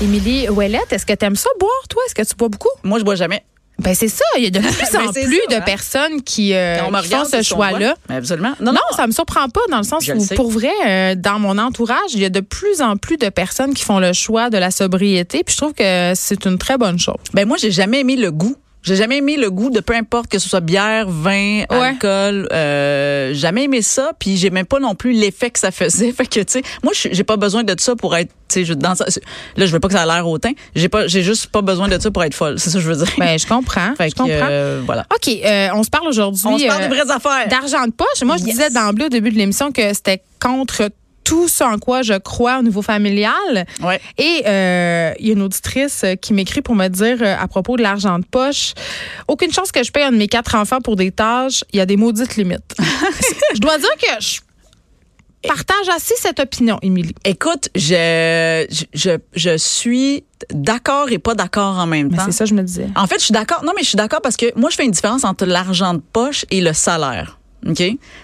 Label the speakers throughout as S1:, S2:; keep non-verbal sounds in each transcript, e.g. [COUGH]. S1: Émilie Ouellette, est-ce que tu aimes ça boire, toi? Est-ce que tu bois beaucoup?
S2: Moi, je bois jamais.
S1: Ben c'est ça, il y a de plus
S2: [LAUGHS] Ben,
S1: en
S2: c'est
S1: plus
S2: ça,
S1: de
S2: hein.
S1: personnes qui, euh,
S2: Quand on me
S1: qui font
S2: regarde,
S1: ce
S2: c'est qu'on
S1: choix-là.
S2: boit. Mais Absolument.
S1: Non,
S2: Non, non.
S1: ça me surprend pas dans le sens
S2: Je
S1: où,
S2: le sais.
S1: pour vrai, euh, dans mon entourage, il y a de plus en plus de personnes qui font le choix de la sobriété. Puis je trouve que c'est une très bonne chose.
S2: Ben moi, j'ai jamais aimé le goût. J'ai jamais aimé le goût de peu importe que ce soit bière, vin, alcool. Euh, jamais aimé ça. Puis j'ai même pas non plus l'effet que ça faisait. [LAUGHS] Fait que tu sais, moi je suis- j'ai pas besoin de ça pour être. Tu sais, je- dans ça- là je veux pas que ça a l'air hautain. J'ai pas, j'ai juste pas besoin de ça pour être folle. [LAUGHS] C'est ça que je veux dire.
S1: Ben je comprends,
S2: [LAUGHS] fait
S1: je
S2: que,
S1: comprends.
S2: euh, voilà.
S1: OK, euh, on se parle aujourd'hui
S2: On se parle
S1: euh,
S2: des vraies affaires.
S1: d'argent de poche. Moi, je
S2: Yes.
S1: disais d'emblée au début de l'émission que c'était contre tout ce en quoi je crois au niveau familial.
S2: Ouais.
S1: Et euh, il y a une auditrice euh, qui m'écrit pour me dire euh, à propos de l'argent de poche, aucune chance que je paye un de mes quatre enfants pour des tâches, il y a des maudites [LAUGHS] limites. je dois dire que je partage assez cette opinion, Émilie.
S2: Écoute, je, je, je, je suis d'accord et pas d'accord en même
S1: Mais
S2: temps.
S1: c'est ça, je me disais.
S2: En fait, je suis d'accord. Non, mais je suis d'accord parce que moi, je fais une différence entre l'argent de poche et le salaire. OK?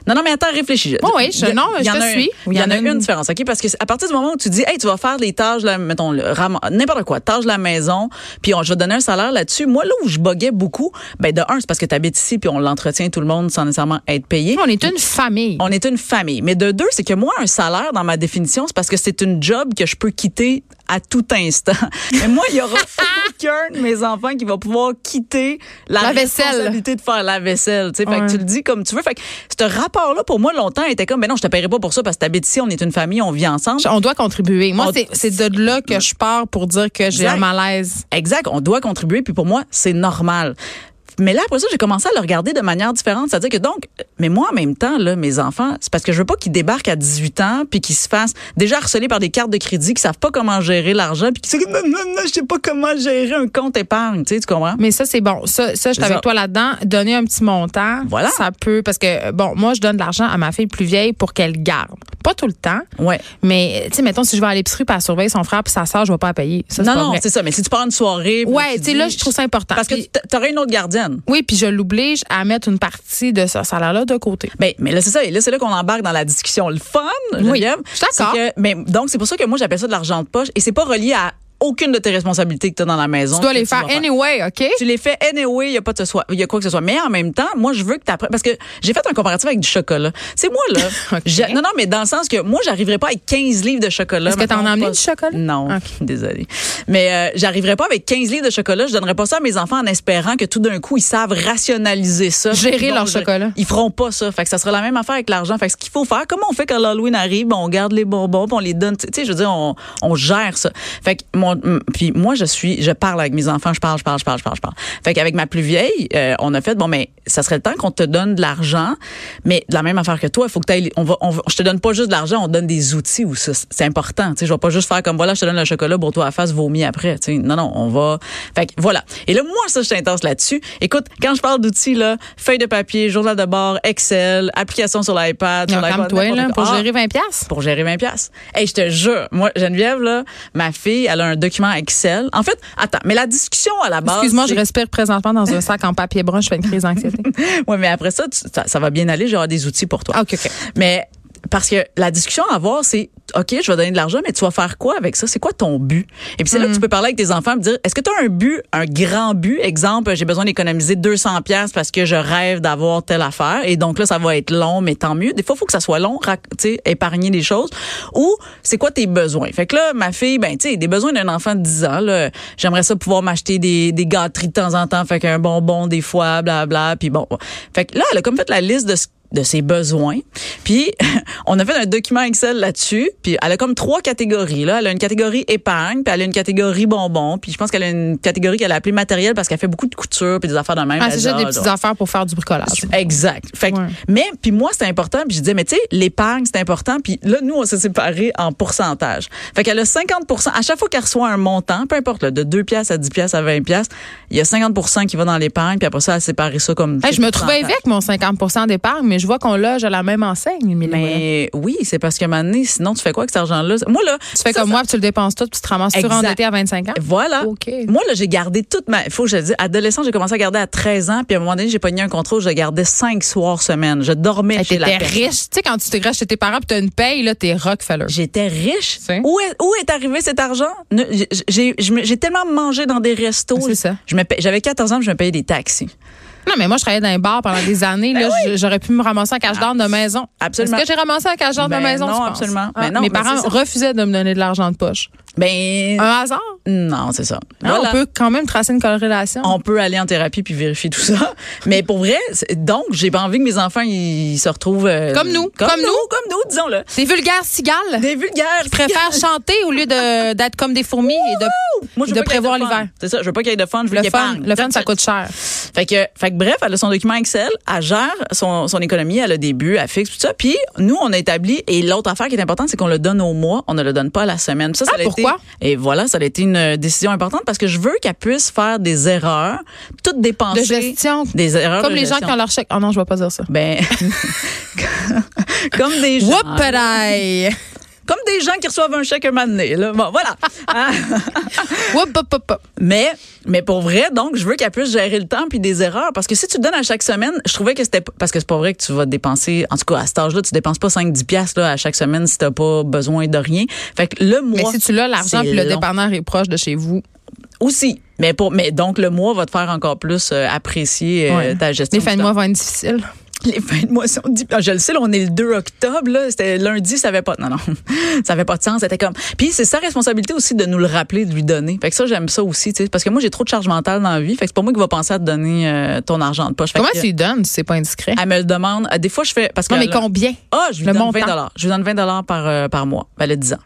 S2: Non, non, mais attends, réfléchis.
S1: Oui, oui, je-
S2: Il y a-
S1: non,
S2: il y
S1: je
S2: en
S1: te
S2: a un-
S1: suis.
S2: Il y en a une différence, OK? Parce que à partir du moment où tu dis, hey, tu vas faire des tâches, là, mettons, le ram- n'importe quoi, tâches de la maison, puis on, je vais te donner un salaire là-dessus. Moi, là où je boguais beaucoup, ben, de un, c'est parce que tu habites ici, puis on l'entretient tout le monde sans nécessairement être payé.
S1: On est une famille.
S2: On est une famille. Mais de deux, c'est que moi, un salaire, dans ma définition, c'est parce que c'est une job que je peux quitter à tout instant. [LAUGHS] Mais moi, il y
S1: [LAUGHS]
S2: aura aucun de mes enfants qui va pouvoir quitter la,
S1: La vaisselle.
S2: responsabilité de faire la vaisselle. tu sais. Fait
S1: Ouais.
S2: que tu le dis comme tu veux. Fait que ce rapport-là, pour moi, longtemps, était comme, ben non, je te paierai pas pour ça parce que t'habites ici, on est une famille, on vit ensemble.
S1: On doit contribuer. Moi,
S2: On-
S1: c'est- c'est de là que je pars pour dire que j'ai
S2: Exact.
S1: un malaise.
S2: Exact, on doit contribuer, puis pour moi, c'est normal. Mais là, après ça, j'ai commencé à le regarder de manière différente. C'est-à-dire que donc, mais moi, en même temps, là, mes enfants, c'est parce que je veux pas qu'ils débarquent à 18 ans, puis qu'ils se fassent déjà harcelés par des cartes de crédit, qui savent pas comment gérer l'argent, puis qui disent, non, non, non, je sais pas comment gérer un compte épargne, tu sais, tu comprends?
S1: Mais ça, c'est bon. Ça, ça je suis
S2: C'est
S1: avec
S2: ça.
S1: toi là-dedans. Donner un petit montant.
S2: Voilà.
S1: Ça peut. Parce que, bon, moi, je donne de l'argent à ma fille plus vieille pour qu'elle garde. Pas tout le temps.
S2: Ouais.
S1: Mais, tu sais, mettons, si je vais à l'épicerie pour surveiller son frère puis sa soeur, je vais pas la payer. Ça, c'est
S2: non,
S1: pas
S2: non,
S1: vrai.
S2: c'est ça. Mais si tu pars une soirée. puis
S1: Ouais, tu sais, là,
S2: dis-
S1: je trouve ça important.
S2: Parce que
S1: Puis-
S2: t'a- t'aurais une autre gardienne.
S1: oui, puis je l'oblige à mettre une partie de ce salaire-là de côté.
S2: Ben, mais là, c'est ça. Et là, c'est là qu'on embarque dans la discussion. Le fun,
S1: Oui,
S2: Geneviève,
S1: je suis d'accord.
S2: c'est que- Mais donc, c'est pour ça que moi, j'appelle ça de l'argent de poche. Et c'est pas relié à aucune de tes responsabilités que tu as dans la maison.
S1: Tu dois
S2: que
S1: les faire
S2: vas
S1: anyway, OK?
S2: Tu les fais anyway, il y a pas de soi, il y a quoi que ce soit. Mais en même temps, moi je veux que tu parce que j'ai fait un comparatif avec du chocolat. C'est moi là.
S1: [LAUGHS] Ok.
S2: j'ai- Non non, mais dans le sens que moi j'arriverais pas avec 15 livres de chocolat.
S1: Est-ce que t'en
S2: mettons,
S1: as amené
S2: pas-
S1: du chocolat?
S2: [LAUGHS] Non,
S1: Ok.
S2: désolée. Mais euh, j'arriverais pas avec 15 livres de chocolat, je donnerais pas ça à mes enfants en espérant que tout d'un coup ils savent rationaliser ça.
S1: Gérer
S2: Ils vont
S1: leur
S2: gérer-
S1: chocolat.
S2: Ils feront pas ça, fait que ça sera la même affaire avec l'argent. Fait que ce qu'il faut faire, comment on fait quand l'Halloween arrive, ben, on garde les bonbons, puis on les donne, tu sais, je veux dire on, on gère ça. Fait que mon mm, puis moi je suis je parle avec mes enfants, je parle, je parle, je parle, je parle, je parle. Fait qu'avec ma plus vieille, euh, on a fait bon mais ça serait le temps qu'on te donne de l'argent, mais de la même affaire que toi, il faut que t'ailles les- on va on va- je te donne pas juste de l'argent, on te donne des outils ou ça c'est important, tu sais, je vais pas juste faire comme voilà, je te donne le chocolat pour toi à face vomi après, tu sais. Non non, on va fait que voilà. Et là moi ça je t'intense là-dessus. Écoute, quand je parle d'outils là, feuille de papier, journal de bord, Excel, application sur l'iPad, sur
S1: Non,
S2: l'iPod,
S1: Calme-toi,
S2: n'importe
S1: là,
S2: quoi.
S1: pour
S2: Ah,
S1: gérer 20 piastres.
S2: pour gérer 20 pièces. Hey, je te jure, moi Geneviève là, ma fille, elle a un document Excel. En fait, attends, mais la discussion à la base
S1: Excuse-moi, je
S2: Ah. c'est-
S1: respire présentement dans un sac en papier brun, je fais une crise d'anxiété.
S2: [LAUGHS] Ouais, mais après ça, tu- ça, ça va bien aller, j'aurai des outils pour toi.
S1: Ah, OK, OK.
S2: Mais parce que la discussion à avoir, c'est OK, je vais donner de l'argent, mais tu vas faire quoi avec ça? C'est quoi ton but? Et puis c'est là que tu peux parler avec tes enfants et dire Est-ce que tu as un but, un grand but? Exemple, j'ai besoin d'économiser 200$ piastres parce que je rêve d'avoir telle affaire. Et donc là, ça va être long, mais tant mieux. Des fois, il faut que ça soit long, rac- tu sais, épargner les choses. Ou c'est quoi tes besoins? Fait que là, ma fille, ben, tu sais, des besoins d'un enfant de 10 ans, là, j'aimerais ça pouvoir m'acheter des, des gâteries de temps en temps, fait qu'un bonbon des fois, blabla. puis bon. Fait que là, elle a comme fait la liste de ce de ses besoins. Puis [LAUGHS] on a fait un document Excel là-dessus, puis elle a comme trois catégories là, elle a une catégorie épargne, puis elle a une catégorie bonbons, puis je pense qu'elle a une catégorie qu'elle a appelée matériel parce qu'elle fait beaucoup de couture puis des affaires de même.
S1: Ah,
S2: Elle
S1: c'est
S2: dit,
S1: juste des
S2: ah,
S1: petites
S2: donc-
S1: affaires pour faire du bricolage.
S2: Exact. Fait que-
S1: Ouais.
S2: mais puis moi c'est important, puis je disais mais tu sais l'épargne c'est important, puis là nous on s'est séparés en pourcentage. Fait qu'elle a 50 à chaque fois qu'elle reçoit un montant, peu importe là, de 2 pièces à 10 pièces à 20 pièces, il y a 50 qui va dans l'épargne, puis après ça elle a séparé ça comme
S1: Hey, je me
S2: pourcentage.
S1: trouvais avec mon 50 d'épargne, mais mais je vois qu'on loge à la même enseigne, Émilie Moulin.
S2: Mais oui, c'est parce que maintenant, sinon, tu fais quoi avec cet argent-là? Moi, là.
S1: Tu fais
S2: ça,
S1: comme
S2: ça-
S1: moi, puis tu le dépenses tout, puis tu te ramasses
S2: Exact.
S1: surendetté à 25 ans.
S2: Voilà.
S1: OK.
S2: Moi, là, j'ai gardé toute ma. Il faut que je le dise, adolescent, j'ai commencé à garder à 13 ans, puis à un moment donné, j'ai pogné un contrôle, je gardais cinq soirs semaine. Je dormais
S1: Hey,
S2: chez la
S1: T'étais
S2: personne.
S1: riche. Tu sais, quand tu t'es chez tes parents, puis t'as une paye, là, t'es Rockefeller.
S2: J'étais riche.
S1: C'est-
S2: Où est, où est arrivé cet argent? Ne- j'ai- J'ai je me- j'ai tellement mangé dans des restos.
S1: C'est ça.
S2: Je me paye- J'avais 14 ans, puis je me payais des taxis.
S1: Non, mais moi, je travaillais dans un bar pendant des années. là, j- J'aurais pu me ramasser en cash d'or de maison.
S2: Ben Absolument.
S1: Est-ce que j'ai ramassé en cash d'or de
S2: Ben
S1: maison?
S2: non,
S1: tu penses?
S2: absolument.
S1: Ah,
S2: Ben non,
S1: mes
S2: mais
S1: parents
S2: c'est ça.
S1: refusaient de me donner de l'argent de poche.
S2: Ben.
S1: Un hasard?
S2: Non, c'est ça.
S1: Hein,
S2: Voilà.
S1: Ah. On peut quand même tracer une corrélation.
S2: on peut aller en thérapie puis vérifier tout ça. Mais pour vrai, c'est- donc, j'ai pas envie que mes enfants, ils se retrouvent... euh,
S1: Comme nous, comme
S2: Comme nous,
S1: nous.
S2: comme nous, disons-le.
S1: Des vulgaires cigales
S2: Des vulgaires.
S1: qui préfèrent chanter au lieu de- d'être comme des fourmis et de. de
S2: Moi, je veux pas qu'il y ait
S1: prévoir
S2: de fun.
S1: l'hiver.
S2: C'est ça, je veux pas qu'il y ait de fun, je veux
S1: Le
S2: qu'il y ait
S1: fun,
S2: pas.
S1: le fun, ça coûte cher.
S2: Fait que, fait que bref, elle a son document Excel, elle gère son, son économie, elle a des buts, elle fixe tout ça. Puis nous, on a établi, et l'autre affaire qui est importante, c'est qu'on le donne au mois, on ne le donne pas à la semaine. Puis Ça, ça
S1: Ah,
S2: a été-
S1: pourquoi?
S2: et voilà, ça a été une euh, décision importante parce que je veux qu'elle puisse faire des erreurs, toutes dépenser.
S1: De gestion.
S2: Des erreurs
S1: Comme
S2: de
S1: les gens
S2: gestion.
S1: qui ont leur chèque. Oh non, je vais pas dire ça.
S2: Ben, [LAUGHS] comme des gens. [LAUGHS]
S1: Whoop-a-dai!
S2: Comme des gens qui reçoivent un chèque un moment donné, là. Bon, voilà. Ah.
S1: Whoop-up-up-up.
S2: mais, mais pour vrai, donc, je veux qu'elle puisse gérer le temps puis des erreurs. Parce que si tu te donnes à chaque semaine, je trouvais que c'était. p- Parce que c'est pas vrai que tu vas dépenser. En tout cas, à cet âge-là, tu dépenses pas 5-10$ piastres, là, à chaque semaine si t'as pas besoin de rien. Fait que le mois.
S1: Mais si tu l'as, l'argent,
S2: c'est
S1: puis le
S2: long.
S1: dépanneur est proche de chez vous.
S2: Aussi. Mais, pour, mais donc, le mois va te faire encore plus euh, apprécier euh,
S1: Ouais.
S2: ta gestion.
S1: Les fins
S2: du
S1: de
S2: temps.
S1: mois vont être difficiles.
S2: Les fins de mois sont dix- Ah, Je le sais, là, on est le 2 octobre. Là. C'était lundi, ça avait pas. Non, [LAUGHS] non, ça avait pas de sens. C'était comme. Puis c'est sa responsabilité aussi de nous le rappeler, de lui donner. Fait que ça, j'aime ça aussi, tu sais, parce que moi j'ai trop de charge mentale dans la vie. Fait que c'est pas moi qui va penser à te donner euh, ton argent de poche. Fait
S1: Comment
S2: que,
S1: tu lui donnes si c'est pas indiscret?
S2: Elle me le demande. Euh, Des fois, je fais parce que
S1: Non, mais
S2: là-
S1: combien?
S2: ah, je lui
S1: le
S2: donne
S1: montant.
S2: 20 dollars. Je lui donne 20 dollars par euh, par mois. Ben, elle a 10 ans.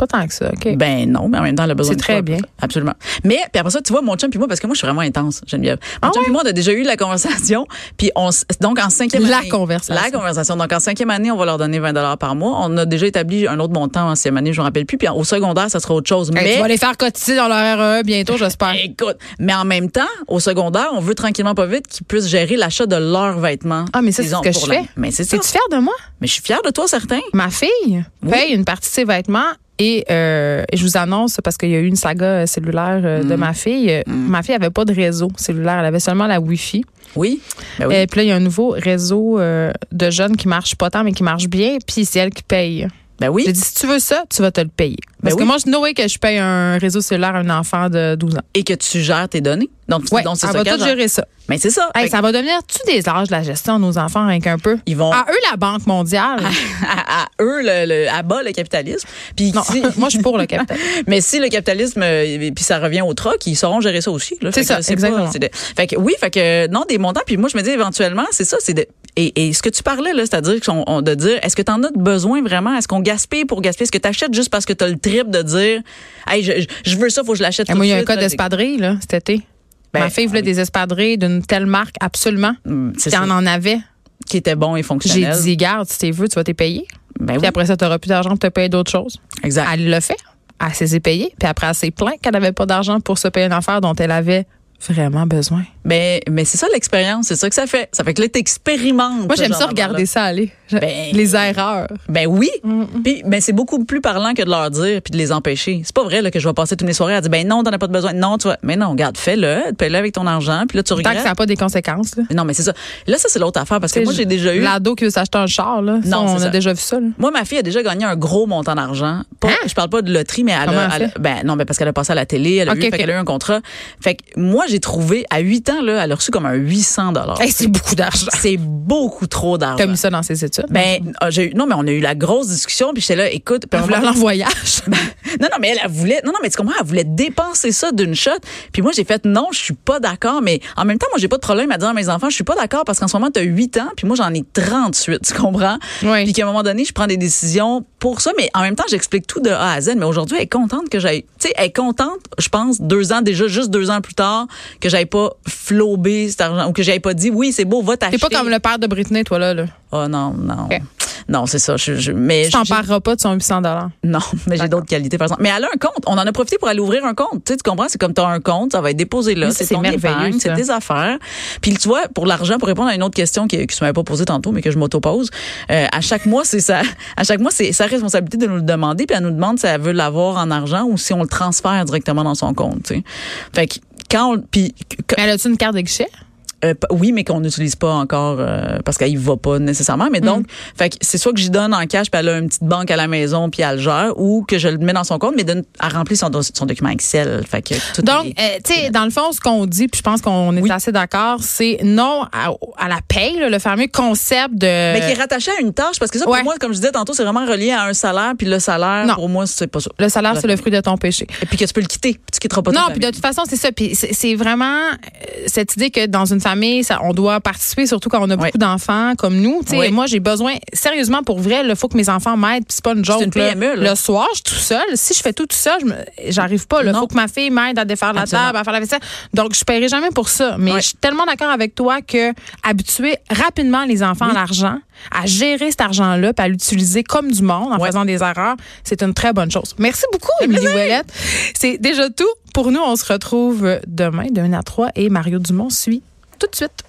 S1: C'est pas tant que ça, OK.
S2: Ben non, mais en même temps, elle a besoin
S1: C'est
S2: de
S1: très
S2: toi.
S1: bien.
S2: Absolument. Mais puis après ça, tu vois, mon chum puis moi, parce que moi, je suis vraiment intense, Geneviève. Mon
S1: Ah
S2: chum puis moi, on a déjà eu la conversation. Puis on, s- donc en cinquième
S1: La
S2: année,
S1: conversation.
S2: la conversation. Donc en cinquième année, on va leur donner 20 dollars par mois. On a déjà établi un autre montant en sixième année, je me rappelle plus. Puis en- au secondaire, ça sera autre chose.
S1: Hey, tu vas
S2: mais
S1: les faire cotiser dans leur REE bientôt, j'espère.
S2: écoute, mais en même temps, au secondaire, on veut tranquillement pas vite qu'ils puissent gérer l'achat de leurs vêtements.
S1: Ah, mais ça, c'est
S2: qu'ils
S1: ce
S2: ont
S1: que
S2: pour
S1: je
S2: l'année.
S1: fais.
S2: Mais c'est ça.
S1: C'est-tu fière de moi?
S2: Mais je suis fière de toi, certain.
S1: Ma fille paye une partie de ses vêtements et euh, je vous annonce, parce qu'il y a eu une saga euh, cellulaire euh, de ma fille, euh, ma fille avait pas de réseau cellulaire, elle avait seulement la Wi-Fi.
S2: Oui. Ben oui.
S1: Et puis là, il y a un nouveau réseau euh, de jeunes qui marche pas tant, mais qui marche bien, puis c'est elle qui paye.
S2: ben oui.
S1: J'ai dit, si tu veux ça, tu vas te le payer. Parce
S2: Ben
S1: que
S2: oui.
S1: moi, je no way que je paye un réseau cellulaire à un enfant de 12 ans.
S2: Et que tu gères tes données. Donc, tu
S1: Ouais,
S2: donc, c'est
S1: elle
S2: ça
S1: va
S2: qu'elle
S1: tout
S2: gère.
S1: gérer ça.
S2: Mais c'est ça.
S1: Hey,
S2: Fait que
S1: ça va devenir-tu des âges de la gestion de nos enfants, rien qu'un peu?
S2: Ils Ah, vont.
S1: À eux, la Banque mondiale.
S2: [LAUGHS] à, à eux le, le- à bas le capitalisme. Puis
S1: Non,
S2: si-
S1: [LAUGHS] moi, je suis pour le capital.
S2: mais si le capitalisme euh, puis ça revient au troc, ils sauront gérer ça aussi. là.
S1: C'est
S2: Fait que
S1: ça,
S2: pas-
S1: exactement.
S2: c'est de- fait que oui, fait que euh, non des montants. Puis moi je me dis éventuellement c'est ça, c'est de- et, et ce que tu parlais là, c'est-à-dire qu'on- on- de dire est-ce que t'en as besoin vraiment Est-ce qu'on gaspille pour gaspiller Est-ce que t'achètes juste parce que t'as le trip de dire hey je, je- je veux ça, faut que je l'achète
S1: Ah,
S2: tout
S1: moi,
S2: de
S1: il y a un
S2: suite,
S1: cas
S2: là,
S1: d'espadrille, là, cet été.
S2: Ben,
S1: Ma fille voulait
S2: ah
S1: des espadrilles d'une telle marque, absolument.
S2: Mm, C'est
S1: Puis
S2: ça,
S1: elle en avait.
S2: qui était bon et
S1: J'ai
S2: fonctionnel.
S1: dit, garde, si tu veux, tu vas t'es payer.
S2: Ben
S1: Puis
S2: oui,
S1: après ça, tu n'auras plus d'argent pour te payer d'autres choses.
S2: exact.
S1: Elle l'a fait. Elle s'est payée. Puis après, elle s'est plainte qu'elle n'avait pas d'argent pour se payer une affaire dont elle avait vraiment besoin.
S2: Mais Ben, mais c'est ça l'expérience, c'est ça que ça fait. Ça fait que là t'expérimentes.
S1: Moi,
S2: ce
S1: j'aime
S2: genre
S1: ça
S2: d'affaire-là.
S1: regarder ça aller. Je-
S2: Ben-
S1: les erreurs.
S2: Ben oui.
S1: Mm,
S2: Puis, mais c'est beaucoup plus parlant que de leur dire puis de les empêcher. C'est pas vrai là, que je vais passer toutes mes soirées à dire ben non, t'en as pas de besoin. Non, tu vois. Mais non, regarde, fais-le, paye-le avec ton argent, puis là tu
S1: Tant que
S2: regrettes.
S1: ça n'a pas des conséquences. Là.
S2: Mais Non, mais c'est ça. Là, ça c'est l'autre affaire parce que
S1: T'sais,
S2: moi j'ai déjà eu.
S1: L'ado qui veut s'acheter un char, là. Ça,
S2: Non,
S1: on
S2: c'est
S1: a
S2: ça.
S1: déjà vu ça. là.
S2: Moi, ma fille a déjà gagné un gros montant d'argent. Pas, Je parle pas de loterie, mais elle,
S1: Hein? Comment
S2: a,
S1: elle
S2: elle-
S1: fait?
S2: ben non, mais parce qu'elle a passé à la télé, elle a,
S1: Ok,
S2: eu, fait
S1: ok.
S2: qu'elle a eu un contrat. Fait que moi, j'ai trouvé à 8 ans là, elle a reçu comme un 800 dollars.
S1: Hey, c'est beaucoup d'argent.
S2: C'est beaucoup trop
S1: T'as
S2: d'argent.
S1: mis ça dans ses études.
S2: Ah Ben ah, j'ai eu non, mais on a eu la grosse discussion puis j'étais là, écoute, puis
S1: Elle
S2: à un
S1: voulait
S2: moment-
S1: aller en
S2: [LAUGHS]
S1: voyage.
S2: Non, non, mais elle, elle voulait. Non, non, mais tu comprends, elle voulait dépenser ça d'une shot. Puis moi, j'ai fait non, je suis pas d'accord. Mais en même temps, moi, j'ai pas de problème à dire à mes enfants, je suis pas d'accord parce qu'en ce moment, tu as 8 ans, puis moi, j'en ai 38, tu comprends?
S1: Oui.
S2: Puis qu'à un moment donné, je prends des décisions pour ça. Mais en même temps, j'explique tout de A à Z. Mais aujourd'hui, elle est contente que j'aille. Tu sais, elle est contente, je pense, deux ans, déjà, juste deux ans plus tard, que j'aille pas flauber cet argent ou que j'aille pas dit oui, c'est beau, va
S1: T'es
S2: t'acheter.
S1: pas comme le père de Britney, toi, là. là.
S2: Oh non, non.
S1: Ok.
S2: Non, c'est ça. Je, je- mais
S1: Tu t'en
S2: j'ai- Euh,
S1: pareras pas de son 800
S2: Non, [LAUGHS] mais j'ai
S1: D'accord.
S2: d'autres qualités, par exemple. Mais elle a un compte. On en a profité pour aller ouvrir un compte. Tu, sais, tu comprends? C'est comme tu as un compte, ça va être déposé là.
S1: Mais ça,
S2: C'est
S1: c'est
S2: ton
S1: merveilleux,
S2: épargne, c'est
S1: ça.
S2: tes affaires. Puis tu vois, pour l'argent, pour répondre à une autre question qui, qui ne m'avait pas posée tantôt, mais que je m'autopose, euh, à chaque mois, c'est sa, à chaque mois, c'est sa responsabilité de nous le demander. Puis elle nous demande si elle veut l'avoir en argent ou si on le transfère directement dans son compte. tu sais. Fait que quand on, puis que-
S1: Mais as-tu une carte de guichet?
S2: euh, p- oui, mais qu'on n'utilise pas encore euh, parce qu'elle y va pas nécessairement. Mais
S1: Mm.
S2: donc, fait que c'est soit que j'y donne en cash, puis elle a une petite banque à la maison, puis elle le gère, ou que je le mets dans son compte, mais donne à remplir son, do- son document Excel. Fait que tout
S1: Donc,
S2: est-
S1: euh, tu sais, dans le fond, ce qu'on dit, puis je pense qu'on est
S2: Oui.
S1: assez d'accord, c'est non à, à la paye, là, le fameux concept de.
S2: mais Ben, qui est rattaché à une tâche parce que ça pour
S1: ouais.
S2: moi comme je disais tantôt c'est vraiment relié à un salaire puis le salaire
S1: Non.
S2: pour moi c'est pas ça
S1: le salaire, c'est le fruit de ton péché.
S2: et puis que tu peux le quitter puis tu quitteras pas ton
S1: Non,
S2: ami.
S1: puis de toute façon, c'est ça. Puis c'est- c'est vraiment euh, cette idée que dans une famille, ça, on doit participer, surtout quand on a beaucoup
S2: Oui.
S1: d'enfants comme nous. Tu sais,
S2: Oui.
S1: Moi, j'ai besoin, sérieusement, pour vrai, il faut que mes enfants m'aident. Puis c'est pas une joke.
S2: C'est une
S1: là.
S2: PME, là.
S1: Le soir, je suis tout seul. Si je fais tout tout seul, je me- j'arrive pas. Il
S2: Non.
S1: faut que ma fille m'aide à défaire la
S2: Absolument.
S1: table, à faire la vaisselle. Donc, je paierai jamais pour ça. Mais
S2: Oui.
S1: je suis tellement d'accord avec toi que habituer rapidement les enfants à l'argent, à gérer cet argent-là, puis à l'utiliser comme du monde en
S2: Oui.
S1: faisant des erreurs, c'est une très bonne chose. Merci beaucoup, Émilie Ouellette. C'est déjà tout. Pour nous, on se retrouve demain de 1 à 3 et Mario Dumont suit tout de suite.